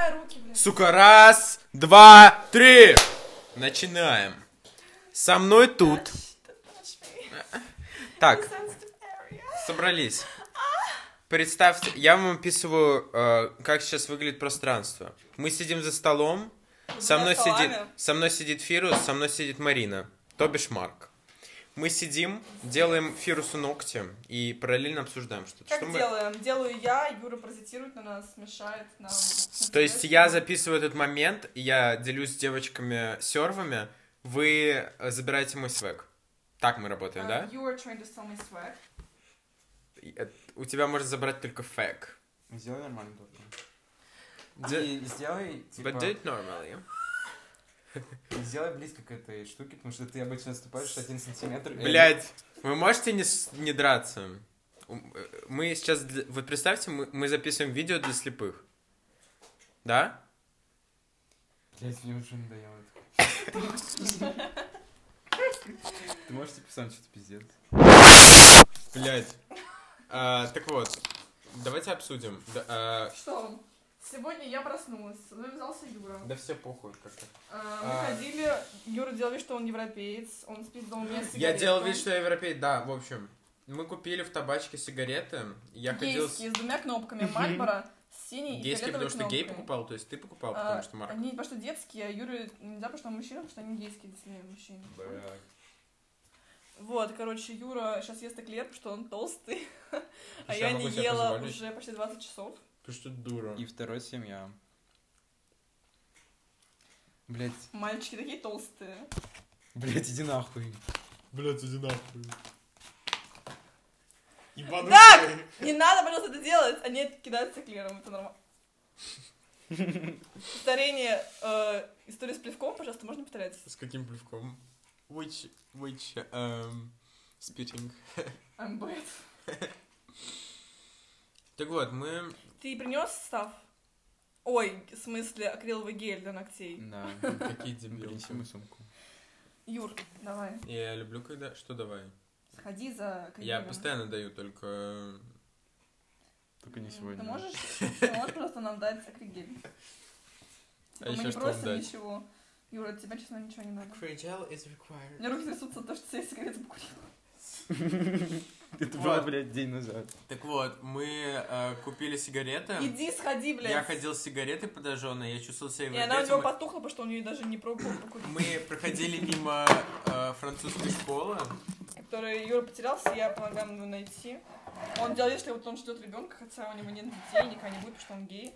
руки, блядь. Сука, раз, два, три. Начинаем. Со мной тут. Так, собрались. Представьте, я вам описываю, э, как сейчас выглядит пространство. Мы сидим за столом. Со За мной сидит, столами? со мной сидит Фирус, со мной сидит Марина, то бишь Марк. Мы сидим, делаем Фирусу ногти и параллельно обсуждаем что-то. Как что мы- делаем? Делаю я, Юра паразитирует на нас, мешает нам. То есть я записываю этот момент, я делюсь с девочками сервами, вы э, забираете мой свек. Так мы работаем, Uh, да? You are trying to sell me swag. И, э, У тебя может забрать только фэк. Сделай нормально только. Д- А, И сделай, типа, But do it normally. сделай близко к этой штуке, потому что ты обычно отступаешь один сантиметр. и- Блять, вы можете не, с- не драться? М, э, Мы сейчас... для- Вот представьте, мы, мы записываем видео для слепых. Да? Блять, мне уже надоело. Ты можешь типа сам что-то пиздец? Блять. А, так вот, давайте обсудим. Да, а, Что? Сегодня я проснулась, со мной взялся Юра. все похуй как-то. А, А. Мы ходили, Юра делал вид, что он европеец, он спиздил меня сигарету. Я делал вид, что я европей, да, в общем. Мы купили в табачке сигареты. Я ходил с Гейские, ну, с двумя кнопками, Мальборо, с синей и гейские, фиолетовой потому что гей кнопкой. покупал, то есть ты покупал, А, потому что Марк. Они, потому что детские, а Юре нельзя, потому что он мужчина, потому что они гейские, действительно, мужчины. Вот, короче, Юра сейчас ест эклер, потому что он толстый, а Слушай, я могу не себе ела позволить? уже почти 20 часов. Ты что дура? И второй семья. Блять, Мальчики такие толстые. блять, иди нахуй. Блять, иди нахуй. Так! Не надо, пожалуйста, это делать! Они это кидают циклером, это нормально. Повторение э, истории с плевком, пожалуйста, можно повторять? С каким плевком? Which, which, эм, spitting. I'm bad. Так вот, мы... Ты принес став? Ой, в смысле, акриловый гель для ногтей. Да. Какие Принеси дебилы. мою сумку. Юр, давай, Я люблю, когда... Что давай? сходи за Я кагелем. постоянно даю, только... Только не Ты сегодня. можешь, ты можешь просто нам дать акригель? А мы еще не что вам просим дать? ничего. Юра, от тебя, честно, ничего э, не надо. is У required. меня руки трясутся, то, что я сигарету покурила. Это Вот. было, блядь, день назад. Так вот, мы э, купили сигареты. Иди, сходи, блядь. Хм. Я ходил с сигаретой подожженной, я чувствовал себя И она у него европейцем. потухла, потому что он ее даже не пробовал покурить. Мы проходили мимо э, французской школы. Который Юра потерялся, я помогаю ему найти. Он делал вид, что вот он ждет ребенка, хотя у него нет детей, никогда не будет, потому что он гей.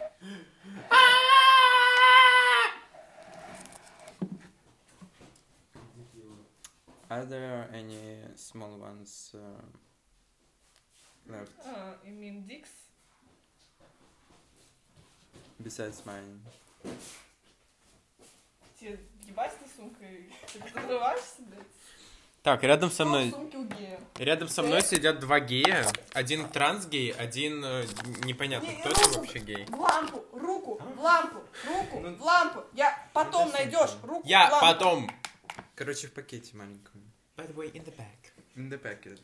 Are there any small ones uh, left А, I mean dicks. besides mine? Тебе ебать с сумкой. Ты подрываешься, блядь. Так, рядом со Что в мной, сумке у гея? рядом со мной сидят два гея. Один трансгей, один э, непонятно Не, кто ну, это ну, вообще гей. В лампу, руку, в лампу, руку, Ну, в лампу. Я потом это сумка. найдешь руку. Я в лампу. потом. Короче, в пакете маленьком. By the way, in the back. In the packet.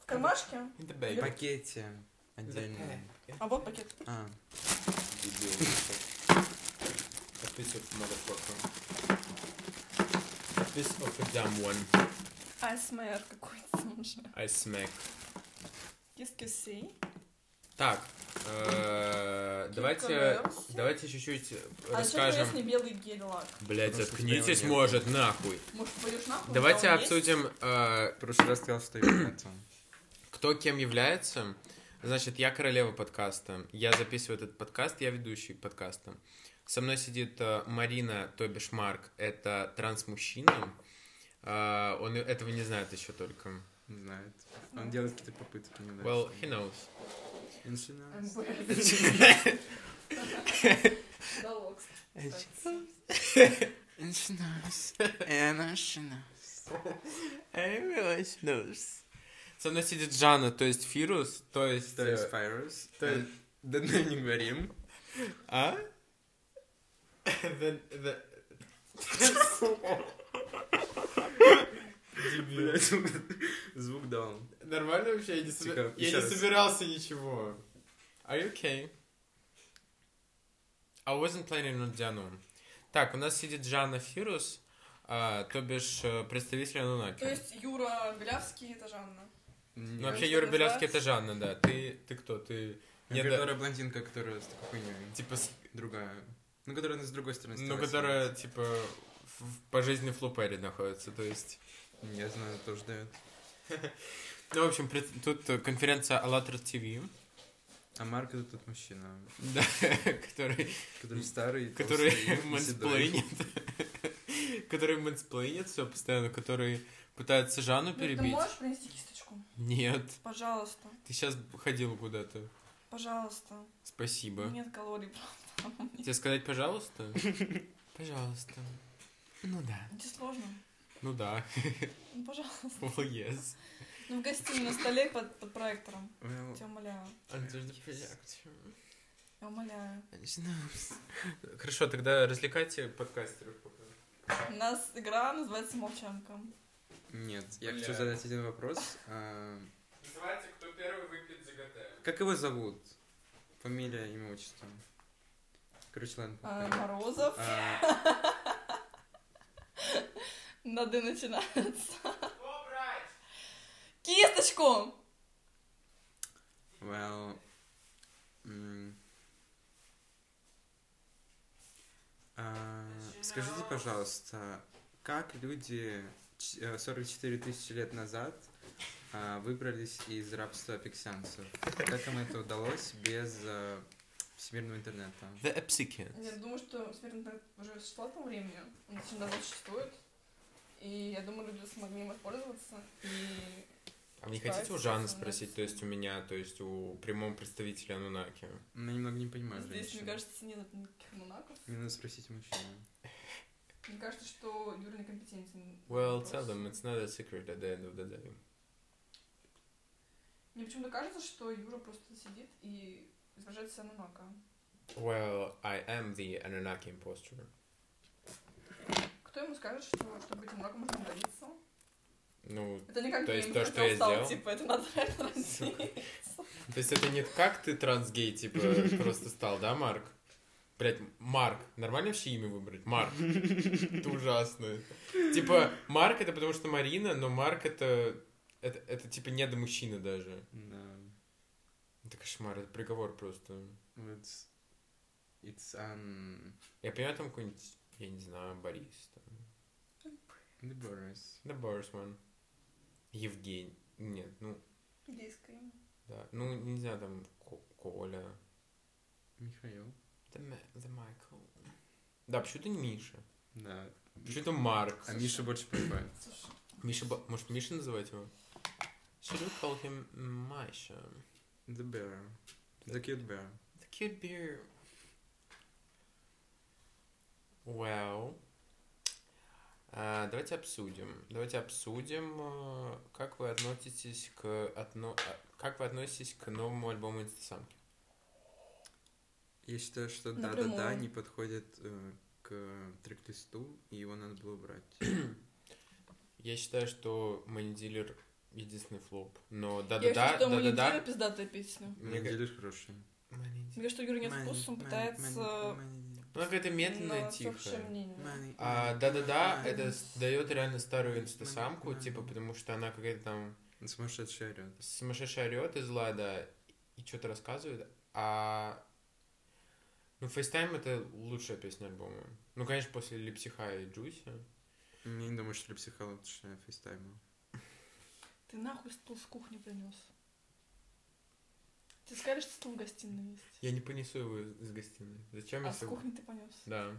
В кармашке? In the В back. пакете. Отдельно. А вот пакет. А, This of a dumb one. АСМР какой-то уже. I smack. Кис-кис-сей. Так, э, давайте, Кикаверс. давайте чуть-чуть А что расскажем. если белый гель-лак? Блять, Просто заткнитесь, стоял может, нахуй. Может, пойдешь нахуй? Давайте Да, он есть. обсудим, э, в прошлый раз сказал, что его нету. кто кем является. Значит, я королева подкаста. Я записываю этот подкаст, я ведущий подкаста. Со мной сидит э, Марина, то бишь Марк. Это транс-мужчина. Э, он этого не знает еще только. Не знает. Он делает какие-то попытки, не Well, Э, удается. he knows. And she knows. Да, Локс. And she knows. And she knows. Со мной сидит Жанна, то есть Фирус, то есть... То есть э, Файрус. то есть- Да ну не говорим. А? The- the- Дебил. Э, Блядь, звук дал. Нормально вообще? Я не, собир- Тихо, я ещё не раз. собирался ничего. Are you okay? I wasn't planning on Dianum. Так, у нас сидит Жанна Фирус, а, то бишь э, представитель Анунаки. То есть Юра Глявский это Жанна. Ну, Нет. вообще, что Юра это Белявский за- это Жанна, да. Ты, ты кто? Ты... Не, да, которая блондинка, которая с такой хуйней. Типа, с- Другая. Ну, которая с другой стороны. ну, стала которая, типа, в- в- по жизни в флупере находится, то есть... снимать. Я знаю, тоже дает. Ну, в общем, пред- тут э, конференция АЛЛАТРА ТВ, А Марк это тот мужчина, да, который который старый, который толстый и седой. мэнсплейнит, который мэнсплейнит все постоянно, который пытается Жанну Ну, Ты Ну, перебить. можешь принести кисточку? Нет, Пожалуйста. ты сейчас ходил куда-то. Пожалуйста. Спасибо. Нет калорий, правда. Тебе сказать, пожалуйста? Пожалуйста. Ну да. Это сложно. Ну да. Ну, пожалуйста. Oh, yes. Ну, в гостиной на столе под, под проектором. Я Well, тебя умоляю. Я умоляю. Хорошо, тогда развлекайте подкастеров пока. У нас игра называется «Молчанка». Нет, я хочу Бля. задать один вопрос. А, Называйте, кто первый выпьет ЗГТ. Как его зовут? Фамилия, имя, отчество. Короче, ладно. А, похуй. Морозов. А, Надо начинается. Кисточку! well, м. А, Скажите, пожалуйста, как люди ч- э, 44 тысячи лет назад а, выбрались из рабства пиксянцев? Как им это удалось без э, всемирного интернета? The Epsicans. Я думаю, что смертный интернет уже существовал по времени. Он очень давно существует. И я думаю, люди смогли им воспользоваться. И А вы не Да, хотите у это Жанны классно, спросить, да. то есть у меня, то есть у прямого представителя Анунаки? Ну, Я немного не понимаю. здесь, мне женщин. кажется, нет никаких монаков. Мне надо спросить у мужчины. Мне кажется, что Юра некомпетентен. в Well, вопросе. tell them, it's not a secret at the end of the day. Мне почему-то кажется, что Юра просто сидит и изображает себя Нанака. Well, I am the Anunnaki imposter. Кто ему скажет, что чтобы быть Нанаком можно удалиться? Ну, Это не как То есть гейм, то, который что я стал, сделал? Типа, это надо Сука. отразить. то есть это не как ты трансгей, типа, просто стал, да, Марк? Блять, Марк. Нормально вообще имя выбрать? Марк. Это ужасно. Типа, Марк это потому что Марина, но Марк это... Это, это типа не до мужчины даже. Да. Это кошмар, это приговор просто. It's, it's an Я понимаю, там какой-нибудь, я не знаю, Борис. Там. the Boris. Да, Борисман. Евгений. Нет, ну, Диска ему. да. Ну, не знаю, там, Ко- Коля. Михаил. Да, Ма- да, Майкл. Да, почему-то не Миша. Да. Почему-то Марк. А Миша больше понимает. Слушай, Миша, Ба- может, Миша называть его? Should we call him Misha? The bear. The cute bear. The cute bear. Well. А, давайте обсудим. Давайте обсудим, э, как вы относитесь к отно... а, как вы относитесь к новому альбому Инстасамки. Я считаю, что Напрямую. да-да-да не подходит э, к трек-листу, и его надо было убрать. Я считаю, что Мандилер единственный флоп. Но да да Я да считаю, что да да Манидира да. пиздатая песня. Мне ка- Неделишь хороший. Мне кажется, Юра не с вкусом пытается... Ну, какая-то медленная, на всеобщее тихая. мнение. А, да-да-да, это Мани. с- дает реально старую инстасамку, Мани, мани. типа, потому что она какая-то там Сумасшедший орёт. сумасшедшая орёт и злая, да, и что-то рассказывает, а... Ну, FaceTime — это лучшая песня альбома. Ну, конечно, после Липсиха и Джуси. Я не думаю, что для психолога лучше фейстайма. Ты нахуй стул с кухни принес. Ты скажешь, что стул в гостиной есть. Я не понесу его из из гостиной. Зачем А я с сов- кухни ты понес. Да.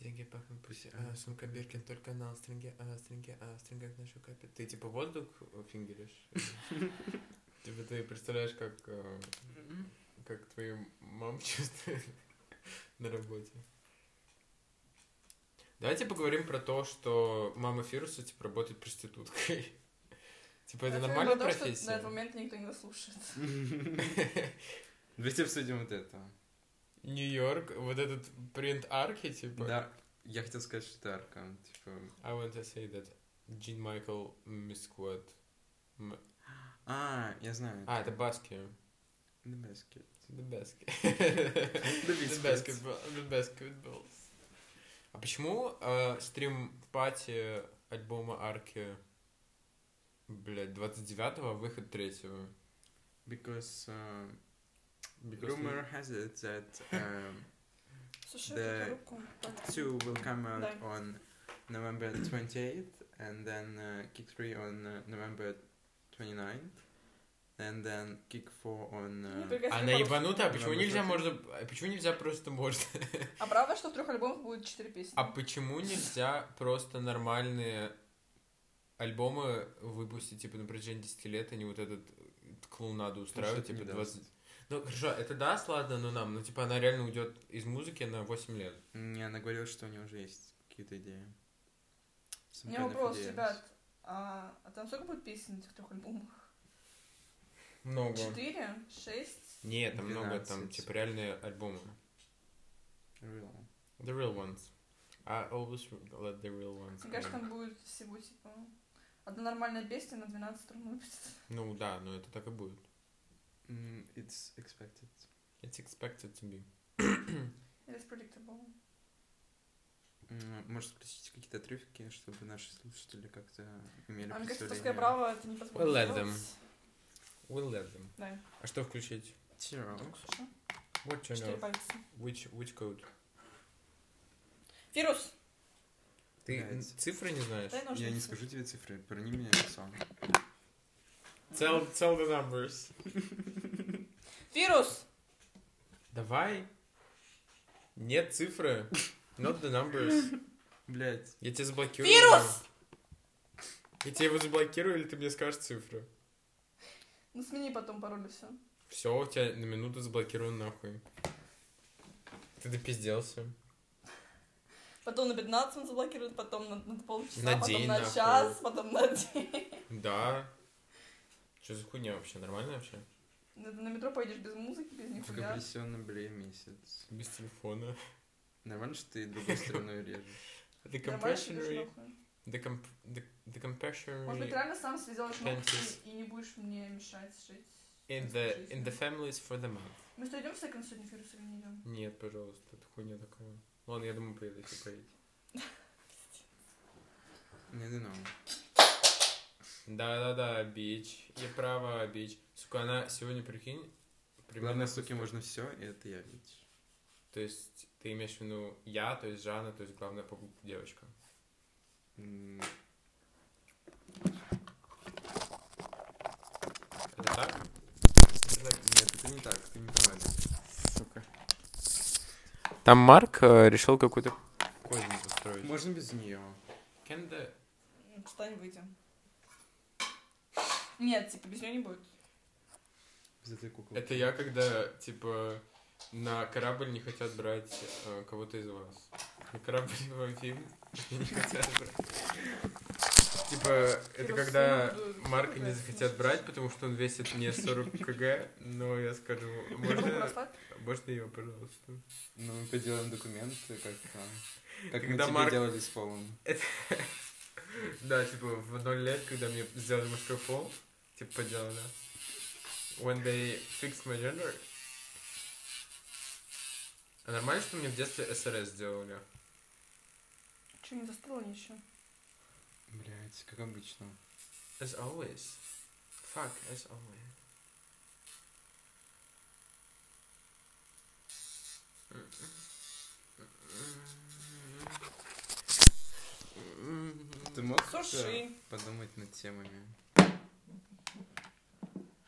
Деньги пахнут пусть. А, сумка Биркин только на стринге, а стринге, а стрингах нашу капит. Ты типа воздух фингеришь? Типа ты представляешь, как, э, как твою маму чувствует на работе. Давайте поговорим про то, что мама Фируса типа работает проституткой. Типа это Я думаю, нормальная потому что До этого профессия? момента никто не слушает. Давайте обсудим вот это. Нью-Йорк, вот этот принт арки, типа. Да, я хотел сказать, что это арка. Типа, I want to say that Джин Майкл Мисквот. М- А, я знаю. А, это Баски. The Baskets. The basket. The The biscuits. basketball. The basketball. А почему э, стрим пати альбома Арки, блядь, 29-го, а выход 3-го? Because, uh, Because rumor has it that um, Слушай, Да. эту коробку. Kick 2 will come out Да. on November 28th, and then uh, Kick 3 on uh, November 29th, and then Kick 4 on... Ну, Uh, прекрасный Она вопрос. ебанутая, а Она почему нельзя высокая. можно... а Почему нельзя просто можно? А правда, что в трех альбомах будет четыре песни? А почему нельзя просто нормальные альбомы выпустить, типа, на протяжении 10 лет, а не вот этот клоунаду устраивать, что типа, это Ну, не 20... даст. Ну, хорошо, это даст, ладно, но нам, ну, типа, она реально уйдет из музыки на 8 лет. Не, она говорила, что у нее уже есть какие-то идеи. У Some меня kind of вопрос, ideas. ребят. А, а там сколько будет песен на этих трех альбомах? Много. Четыре? Шесть? Нет, там много, там, 12. типа, реальные альбомы. Real. The real ones. А, I always let the real ones. Мне кажется, go. там будет всего, типа, одна нормальная песня на 12 струн выпустится. Ну да, но это так и будет. Mm, it's expected. It's expected to be. Или с predictable. М, Может, включить какие-то отрывки, чтобы наши слушатели как-то А имели мне кажется, представление. авторское право это не позволит Well, let сделать. them. We'll let them. Да, А что включить? Zero. вдруг, слушай, What you четыре know? пальца. Which, which code? Вирус! Ты Блядь. н- цифры не знаешь? Дай ножницы. Я не скажу тебе цифры, верни мне лицо. Tell, tell the numbers. Вирус! Давай. Нет цифры. Not the numbers. Блять, Я тебя заблокирую. Вирус! Я тебе его заблокирую, или ты мне скажешь цифры? Ну смени потом пароль и все. Все, у тебя на минуту заблокирован нахуй. Ты допизделся. Потом на 15 он заблокирует, потом на, на полчаса, На потом день, на нахуй. час, потом на день. Да. Что за хуйня вообще? Нормально вообще? На, на метро поедешь без музыки, без в нихуя. компрессионном бле месяц. Без телефона. Нормально, что ты другой стороной режешь? The Нормально, что compression идёшь rate. нахуй. The, comp the, the compression Может быть, rate реально сам себе сделаешь Пенсис. ногти и, и не будешь мне мешать жить. in the, in the families for the month. Мы что, идем в секонд сегодня вирус или не идем? Нет, пожалуйста, это хуйня такая. Ладно, я думаю, поеду, типа, если поедете. Не ну. знаю. Да-да-да, бич. И право, бич. Сука, она сегодня, прикинь, Главное, суки суки, можно все, и это я, ведь. То есть ты имеешь в виду я, то есть Жанна, то есть главная по губ- девочка. М, Это так? Это так? Нет, это не так, ты не права. Сука. Там Марк э, решил какую-то козни устроить. Можно без нее. Can the- М, Встань, выйди. Нет, типа, без нее не будет. Без этой куклы. Это я, когда, типа, на корабль не хотят брать э, кого-то из вас. На корабль в фильм не хотят брать. Типа, это Красиво, когда да, это Марка не такая захотят смешная. брать, потому что он весит не 40 кг, но я скажу, Руку можно, расслабь. можно ее, пожалуйста. Ну, мы поделаем документы, как там. Как мы Когда тебе Марк- делали с Полом. Да, типа, в ноль лет, когда мне сделали мужской пол, типа, поделано. When they fixed my gender. А нормально, что мне в детстве СРС сделали? Че, не застыла еще? Блять, как обычно. As always. Fuck, as always. Ты мог как-то Суши. подумать над темами?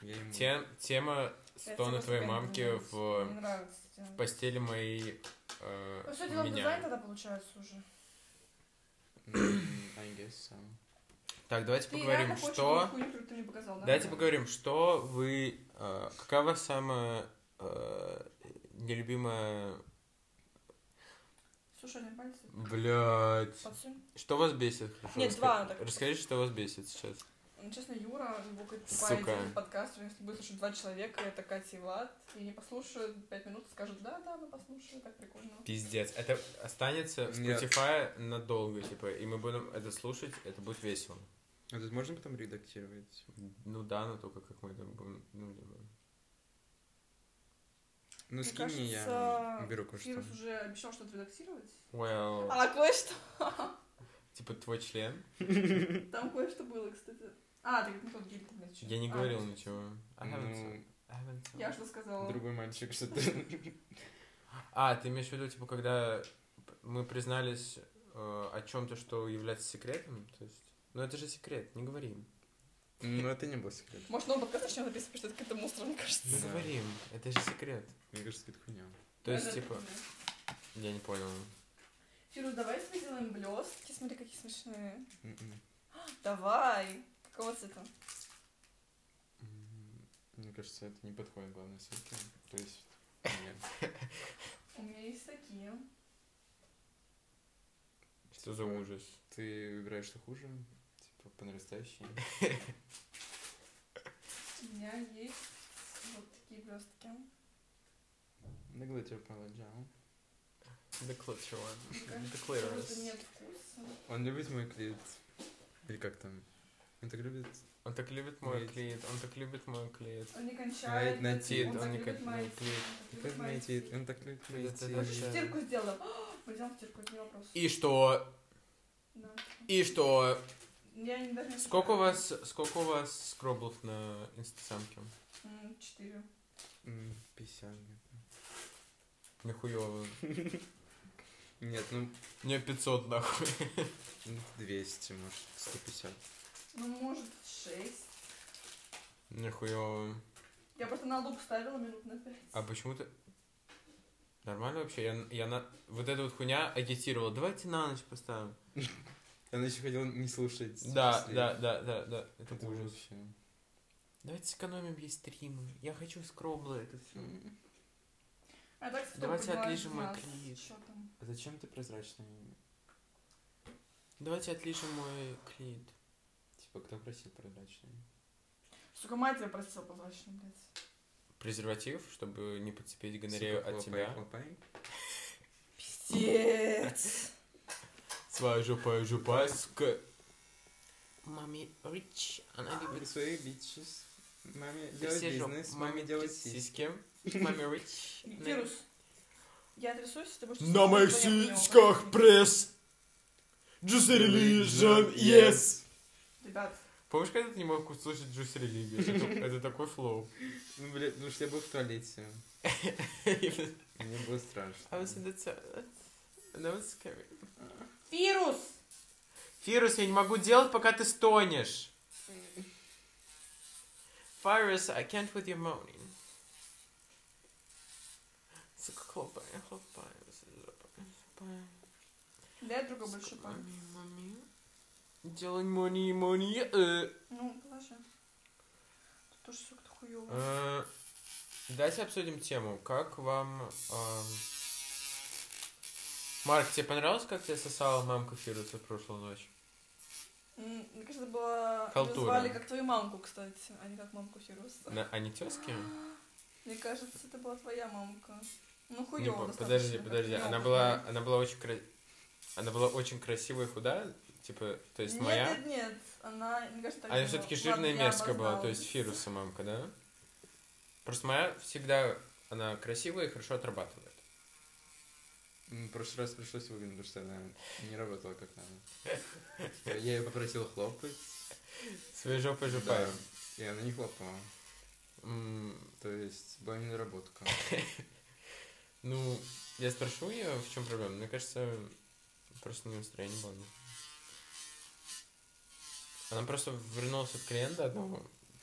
Я ему... Те- тема стона твоей мамки Мне в нравится эта тема. постели моей э, Ну все дело в дизайне меня. тогда получается уже. М, I guess so. Так, давайте Ты поговорим, реально хочешь что... эту хуйню, которую ты мне показал, да? Давайте поговорим, что вы... э, какая ваша самая э, нелюбимая... Слушай, не пальцы. Блядь. Подсунь. Что вас бесит? Хорошо, Нет, раска- два, так. Расскажите, что вас бесит сейчас. Ну, честно, Юра глубоко тупая Сука. делает подкаст, если будет слушать два человека, это Катя и Влад, и не послушают пять минут, скажут, да, да, мы послушали, так прикольно. Пиздец. Это останется в Нет. Spotify надолго, типа, и мы будем это слушать, это будет весело. А тут можно потом редактировать? типа, Ну да, но только как мы это будем... Ну, либо- Ну, Мне скинь мне, я кажется, уберу кое-что. Фирус уже обещал что-то редактировать. Well, А, кое-что. типа твой член? Там кое-что было, кстати. А, ты как не тот гель, ты, значит. Я не А, говорил ну, ничего. I haven't Ну, said- I haven't said. Я что сказала? другой мальчик что-то... А, ты имеешь в виду, типа, когда мы признались э, о чем-то, что является секретом? То есть, ну это же секрет, не говорим. Ну, это не был секрет. Может, новый подкаст начнем записывать, потому что это какой-то мусор, мне кажется. Не Да. говорим, это же секрет. Мне кажется, это хуйня. То есть, Надо типа, это сделать. я не понял. Фирус, давай тебе сделаем блестки. Смотри, какие смешные. М-м. Давай. Какого цвета? М, М-м. Мне кажется, это не подходит главной ссылке. То есть... нет. У меня есть такие. Что за ужас? Типа, Ты выбираешь, что хуже? Типа, по нарастающей? У меня есть вот такие блестки. The glitter palette gel. The clutter Мне one. кажется, The что clearance. нет вкуса. Он любит мой клит. Или как там? Он так любит? Он так любит мой Нет. клеит, он так любит мой клеит. Он не кончает. на на тит, тит, он так не любит кон- мои не тит, клеит. он Как любит мои найти? тит. Он так любит мои Это тит. даже- Слушай, стирку сделаем. Мы сделаем стирку, это не вопрос. И что? Да. И что? Я не даже не Сколько у знаю. вас, сколько у вас скроблов на инстасамке? М, Четыре. М, 50 где-то. Нахуёво. Нет, ну, Мне 500 нахуй. ну, 200, может, 150. Ну, может, шесть. Нихуёво. Я просто на лоб ставила минут на пять. А почему ты... Нормально вообще? Я, я на... Вот эта вот хуйня агитировала. Давайте на ночь поставим. Она еще хотела не слушать. Да, после. да, да, да, да. Это Это ужас. вообще. Давайте сэкономим ей стримы. Я хочу скроблы это все. А так кто Давайте понимает отлижем мой нас? клип. Чё там? А зачем ты прозрачный? Давайте отлижем мой клит. Типа, кто просил прозрачный? Сука, мать тебя просила позвать, блядь. Презерватив, чтобы не подцепить Сука, гонорею от хлопай, тебя. хлопай. Пиздец. Своя жопа, жопа, ска. Маме Рич, она Люби любит своих бичес. Маме делать все жопы. бизнес, маме делать сиськи. сиськи. Маме Рич. Вирус. Я трясусь, ты можешь... На моих сиськах пресс. Джус Religion, yes. Ребят, Помнишь, когда ты не мог услышать Juice Religion? Это- Это такой флоу. Ну, блин, потому что я был в туалете. Мне было страшно. Вирус! Фирус, я не могу делать, пока ты стонешь. Фирус, I can't with your moaning. Сука, хлопай, хлопай. хлопай. Дай я другой большой пан. Мами, мами. Делай money, money. э. Ну, положи. Тут тоже, сука, ты хуёво. Э, Давайте обсудим тему. Как вам... эм, Марк, тебе понравилось, как тебя сосала мамка Фируса в прошлую ночь? М, Мне кажется, было... Халтура. Назвали как твою мамку, кстати, а не как мамку Фируса. На, они тезки? Мне кажется, это была твоя мамка. Ну, Не хуёво пом- достаточно. подожди, как подожди. хуёво. Она была, она была очень кра- Она была очень красивая и худая, типа, то есть нет, моя. Нет, нет, она, мне кажется, так Она не все-таки была. жирная и Ладно, я мерзкая была, то обозналась. есть Фируса мамка, да? Просто моя всегда, она красивая и хорошо отрабатывает. М, В прошлый раз пришлось выгнать, потому что она не работала как надо. Я ее попросил хлопать. Своей жопой Да, жопаем. И она не хлопала. М, То есть была недоработка. Ну, я спрошу ее, в чем проблема. Мне кажется, просто не настроение было. ну. Она просто вернулась от клиента одного,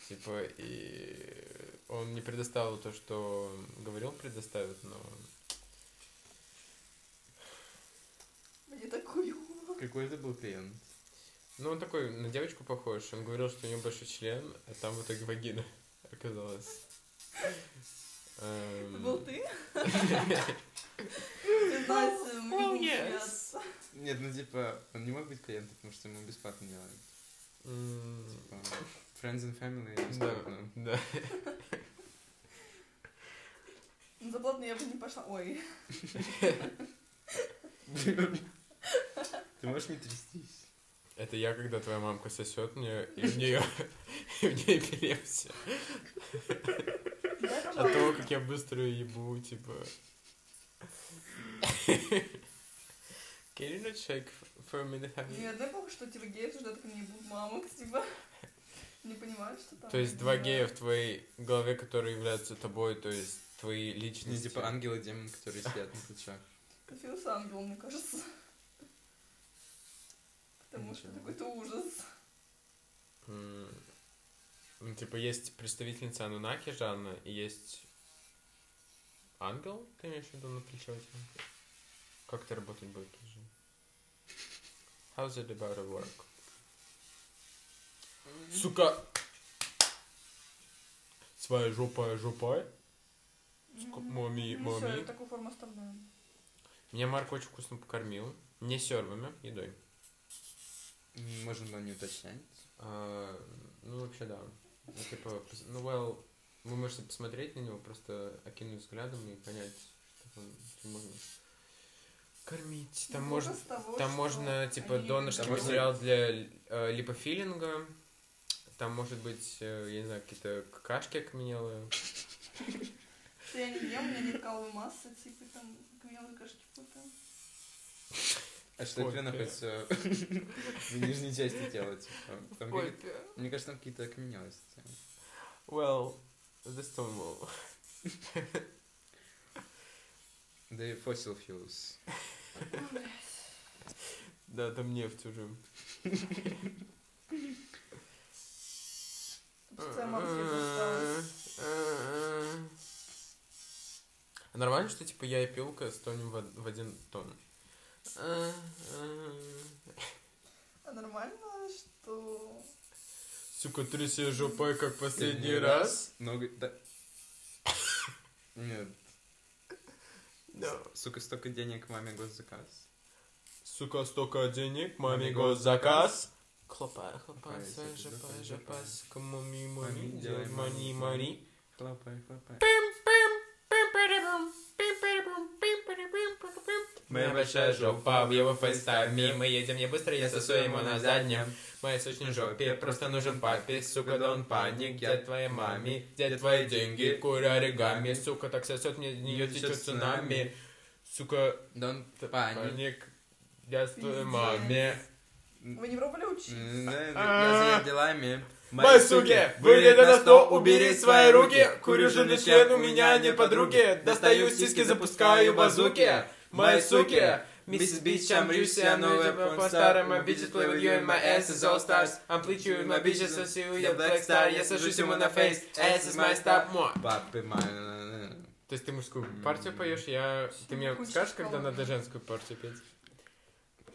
типа, и он не предоставил то, что говорил предоставит, но... Мне так хуёво. Какой это был клиент? Ну, он такой, на девочку похож. Он говорил, что у него большой член, а там в итоге вагина оказалась. Это Эм, был ты? Ты знаешь, oh, мне yes. интересно. Нет, ну типа, он не мог быть клиентом, потому что ему бесплатно делают. м, Типа, Friends and family Да, бесплатно. да. Ну, за платно я бы не пошла. Ой, Ты можешь не трястись? Это я, когда твоя мамка сосет мне, и в нее, и в ней эпилепсия. Давай, От пожалуйста. того, как я быстро её ебу, типа. Can you not shake for a minute? honey? Нет, дай бог, что типа геи обсуждают, как они ебут мамок, типа. Не понимаешь, что там. Типа, То есть два гея в твоей голове, которые являются тобой, то есть твои Не личности. типа ангел и демон, которые сидят на плечах. Кофеин с ангелом, мне кажется. Потому что Ничего. какой-то ужас. М, ну, Типа есть представительница Анунаки Жанна и есть ангел, ты имеешь в виду на плечо? типа? Как ты работать будешь? уже? How's it about to work? Сука! Своя жопа, жопа. Сука, мами, Ну все, я мами. такую форму оставляю. Меня Марк очень вкусно покормил. Не сервами, едой. Можно было не уточнять. А, ну, вообще, да. Ну, типа, пос- ну, well, вы можете посмотреть на него, просто окинуть взглядом и понять, что там что можно кормить. Там, Ну, мож- ужас того, там что можно, типа, они- донорский Там можно- материал для э, липофилинга. Там, может быть, э, я не знаю, какие-то какашки окаменелые. Что Я не ем, у меня нет каловой массы, типа там камелые кашки типа, путаю. А что у Попе. тебя находится в нижней части тела? типа? Там какие- Мне кажется, там какие-то окаменелости. Well, the stone wall. Да и fossil fuels. Да, там нефть уже. Пустая мама хлеба осталась. А Нормально, что типа я и пилка стонем в од- в один тон. А нормально, что... Сука, тряси жопой, как последний Последний раз. Много... Да. Нет, Да. сука, столько денег маме госзаказ. Сука, столько денег, маме маме госзаказ. госзаказ. Хлопай, хлопай, Хлопай, своя жопай, жопа, жопай. жопа, сука, мами, мами, Мами, делай делай мани, мани, мани. Хлопай, хлопай. Моя большая жопа в его фейстайме Мы едем не быстро, я сосу ему на заднем Моей сочной жопе просто нужен папе Сука, да он паник, где твоей маме? Где твои деньги? Кура оригами Сука, так сосет мне, нее течет цунами Сука, Дон т- паник. паник Я с твоей маме Вы не пробовали учить? Я за Э, делами. А, Мои суки, выйди на стол, убери свои руки Курю жирный член, у меня не подруги Достаю сиськи, запускаю базуки Мои суки, Mrs. Beach, I'm rich and all that porn star I'm a bitch, play with you and my ass is all stars I'm pleased you with my bitch, so see you, я black star Я сажусь ему на фейс, ass is my stop more Папы мои. То есть ты мужскую партию поешь, я... ты мне Куча скажешь, когда шоколада. надо женскую партию петь?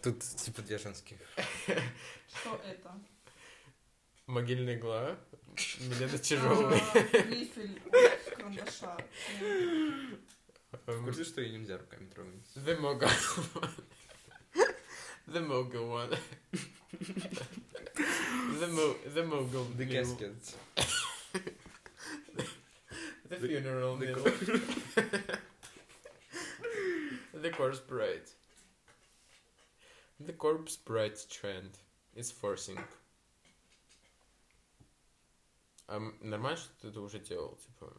Тут типа две женских. Что это? Могильный гла, Милена А, Грифель от карандаша. В курсе, что ее нельзя руками трогать? The mogul one. The mogul one. the mo the mogul The meal. casket. The funeral the meal. the corpse bride. The corpse bride trend is forcing. А м- нормально, что ты это уже делал, типа.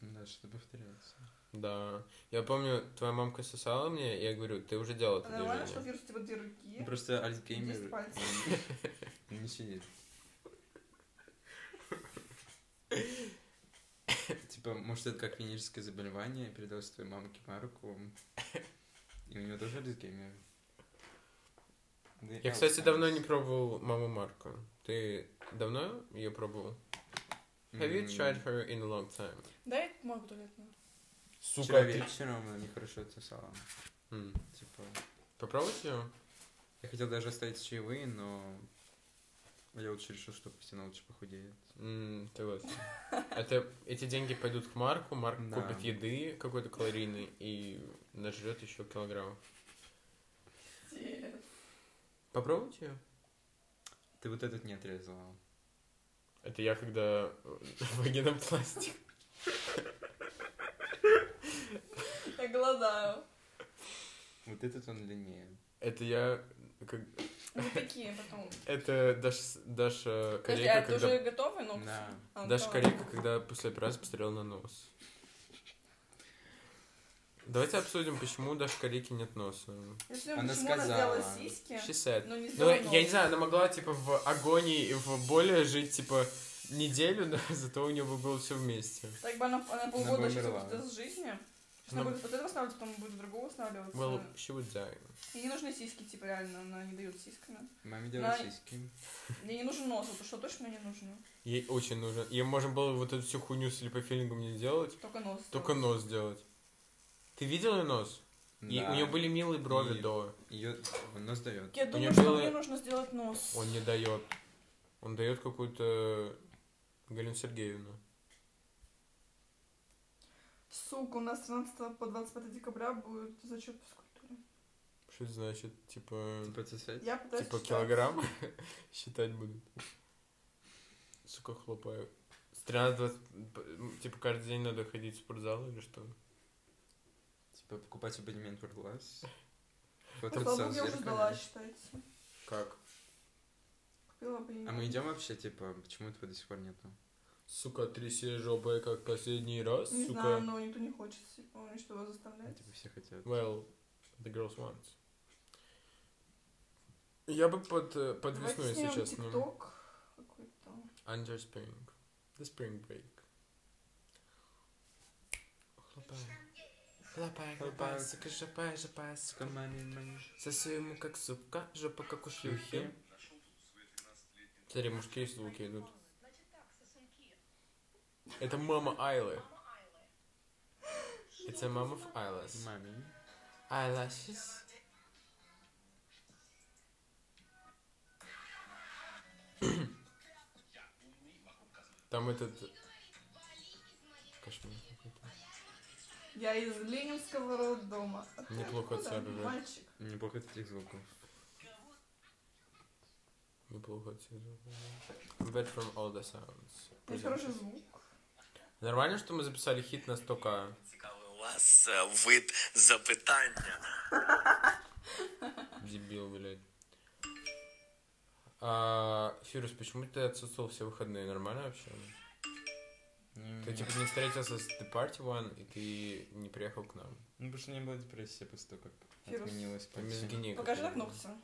Да, что-то повторяется. Да. Я помню, твоя мамка сосала мне, и я говорю, ты уже делал это А нормально, что движение. вирус типа две руки? Ну, Просто Десять альцгеймер пальцев. он не сидит. Типа, может, это как венерическое заболевание, передалось твоей мамке Марку, и у него тоже альцгеймер. Да и Я, кстати, давно не Alzheimer's. пробовал маму Марка. Ты давно ее пробовал? Have you М, tried her in a long time? Дай мамку туалетную. Вчера вечером она нехорошо отсосала. М. Типа, Попробовать ее? я хотел даже оставить чаевые, но я лучше решил, что пусть она лучше похудеет. ты вот. Это, эти деньги пойдут к Марку, Марк Да. купит еды какой-то калорийной и нажрет еще килограмм. Попробовать ее? Ты вот этот не отрезала. Это я когда э, вагинопластик. Я голодаю. Вот этот он длиннее. Это я как Запеки потом. Это Даша, Даша Подожди, Корейка, а ты когда... уже готовый? Ну, Да. а, ну, Даша давай. Корейка, когда после операции посмотрела на нос. Давайте обсудим, почему у Даши Корейки нет носа. Если Она почему она сделала сказала. сиськи, She said. но не Ну, сделала я не нос? знаю, она могла, типа, в агонии и в боли жить, типа, неделю, но зато у нее было все вместе. Так бы она, она Она полгода бы сейчас умерла. вот с жизни. Сейчас Ну, она будет вот этого восстанавливаться, потом будет другого восстанавливаться. Well, she would die. Ей не нужны сиськи, типа, реально, она не дает сиськами. Маме делают Да. сиськи. Мне не нужен нос, вот что точно не нужно. Ей очень нужен. Ей можно было вот эту всю хуйню с липофилингом не делать, Только нос. только нос делать. Ты видел ее нос? И Да. у нее были милые брови И- до. Её- он нос дает. Я меня думаю, что было- мне нужно сделать нос. Он не дает. Он дает какую-то Галину Сергеевну. Сука, у нас с 13 по 25 декабря будет зачет по физкультуре. Что это значит? Типа, Типа сосать? Я пытаюсь... типа считать. килограмм считать будут. Сука, хлопаю. С 13-20... Типа каждый день надо ходить в спортзал или что? Типа покупать абонемент в глаз. По долгу Ну, я уже сдала, считайте. Как? Купила бы А мы идем вообще, типа, почему этого до сих пор нету? Сука, тряси жопой, как последний раз, Не сука. знаю, ну. но никто не хочет, типа, что его заставлять. Типа все хотят. Well, the girls want. Я бы под, э, подвесну, Давайте если снимем честно. тикток какой-то. Under spring. The spring break. Хлопай. Хлопай, хлопай, Хлопай. сука, жопа, жопа, Сука, сука. маме, маме. Сосу ему как сука, жопа как у шлюхи. Смотри, мужские звуки идут. Это мама Айлы. Это мама в Айлас. Маме. Eyelashes. Там этот... Кошмар. какой-то. Я из Ленинского роддома. Неплохо Откуда? отсаживает. Мальчик. Неплохо таких звуков. Неплохо отсюда. Bad from all the sounds. Есть хороший звук. Нормально, что мы записали хит на 100к? Цікавий у вас е, вид запитання. Дебил, блядь. А, Фирус, почему ты отсутствовал все выходные? Нормально вообще? Не- Ты типа не встретился с The Party One, и ты не приехал к нам. Ну, потому что у меня была депрессия после того, как Фирус. отменилась По пенсия. мизогинии Покажи так какой-то. ногти.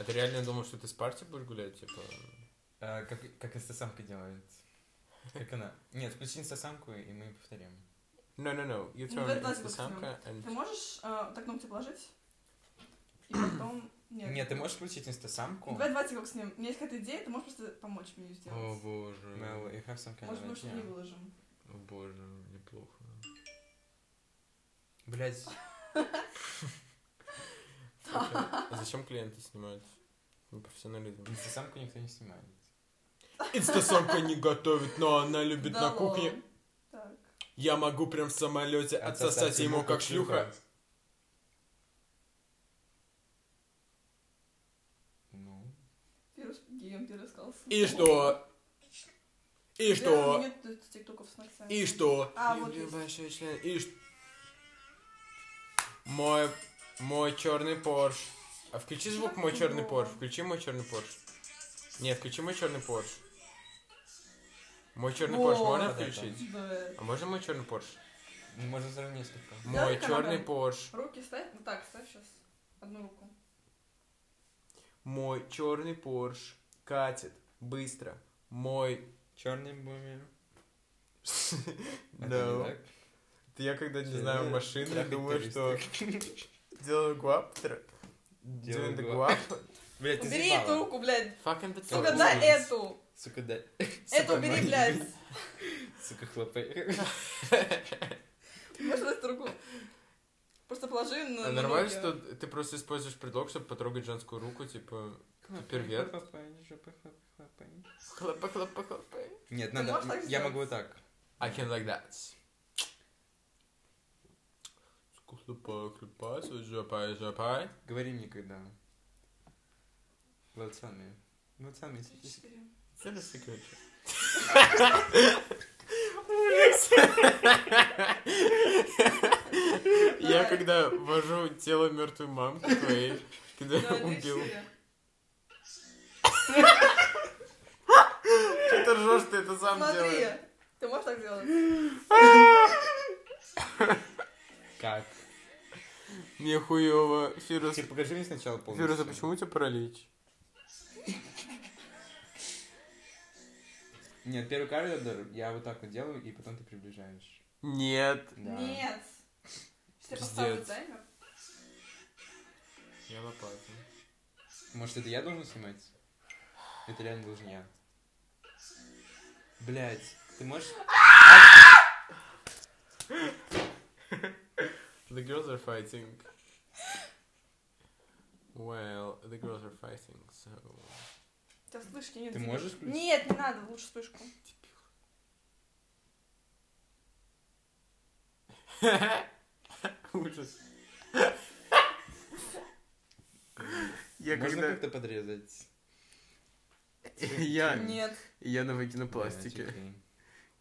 А ты реально думал, что ты с парти будешь гулять, типа? А, как, как инстасамка делает. Как она. Нет, включи инстасамку, и мы повторим. No, no, no. You Ну, turn давай into давай самка Ты and... можешь э, так ногти положить? И потом... Нет. Ну, Нет, ты можешь включить инстасамку? Давай давайте как с ним. У меня есть какая-то идея, ты можешь просто помочь мне ее О сделать. боже. Мэл, you have some kind Может, of мы что не idea. выложим. О боже, неплохо. Блядь, А зачем клиенты снимают? Непрофессионализм. инстасамку никто не снимает. Инстасамка не готовит, но она любит Да на кухне. ладно. Так. Я могу прям в самолете отсосать ему как шлюха. Ну, Пирус, Гием перескался. И что? И что? Нет тут тиктоков с ногтями. И что? А, вот Люблю есть. большой член. И что? Мой, мой черный Порш. А включи звук мой черный Порш. Включи мой черный Порш. Не, включи мой черный Порш. Мой черный Порш Вот можно это. включить? Да. А можно мой черный Порш? ну, можно сразу несколько. Мой да, черный да. Порш. Руки ставь. Ну так, ставь сейчас. Одну руку. Мой черный Порш катит быстро. Мой... Черный бумер. No. Это Я когда не знаю машины, думаю, что делаю гуап. тр- Doing Делаю the гуап. guap. Блядь, ты Убери эту заебала. руку, блядь. Fucking the Сука, toes. дай эту. Сука, да. Эту убери, блядь. Сука, хлопай. Можешь эту руку? Просто положи на А на нормально, ноги. что ты просто используешь предлог, чтобы потрогать женскую руку, типа... Перверт. Хлопай, жопа, хлопай, хлопай. Хлопа, хлопа, хлопай. Нет, Ты надо, можешь так я сделать? могу вот так. I can like that. Сука, Хлопай, хлопай, свой жопай, жопай. Говори мне, когда. Вот сами. Вот сами. Три, четыре. Это же секретчик. Я когда вожу тело мертвой мамки твоей, когда Да, три, убил четыре. Что ты ржешь, ты это сам Смотри, делаешь? ты можешь так делать? Как? Мне хуёво. Фирус, Ты Типа, покажи мне сначала полностью. Фирус, а почему у тебя паралич? Нет, первый кардер я вот так вот делаю, и потом ты приближаешь. Нет. Да. Нет. Сейчас я поставлю Пиздец. таймер. Я лопату. Может, это я должен снимать? Это реально должен я. Блять, ты можешь... The girls are fighting. Well, the girls are fighting, so... У тебя вспышки нет. Ты тебе. можешь включить? Нет, не надо, лучше вспышку. Ужас. Я Можно когда... как-то подрезать? Я... Нет. Я на Блядь, вагинопластике. окей.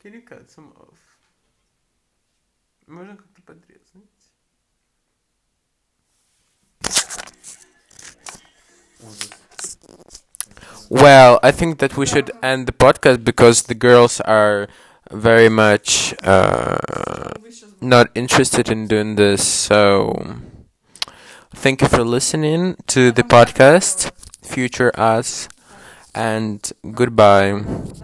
Can you cut some off? Можно как-то подрезать? Well, I think that we should end the podcast because the girls are very much uh, Вы сейчас not interested in doing this. So, thank you for listening to the podcast, future us, and goodbye. Давай.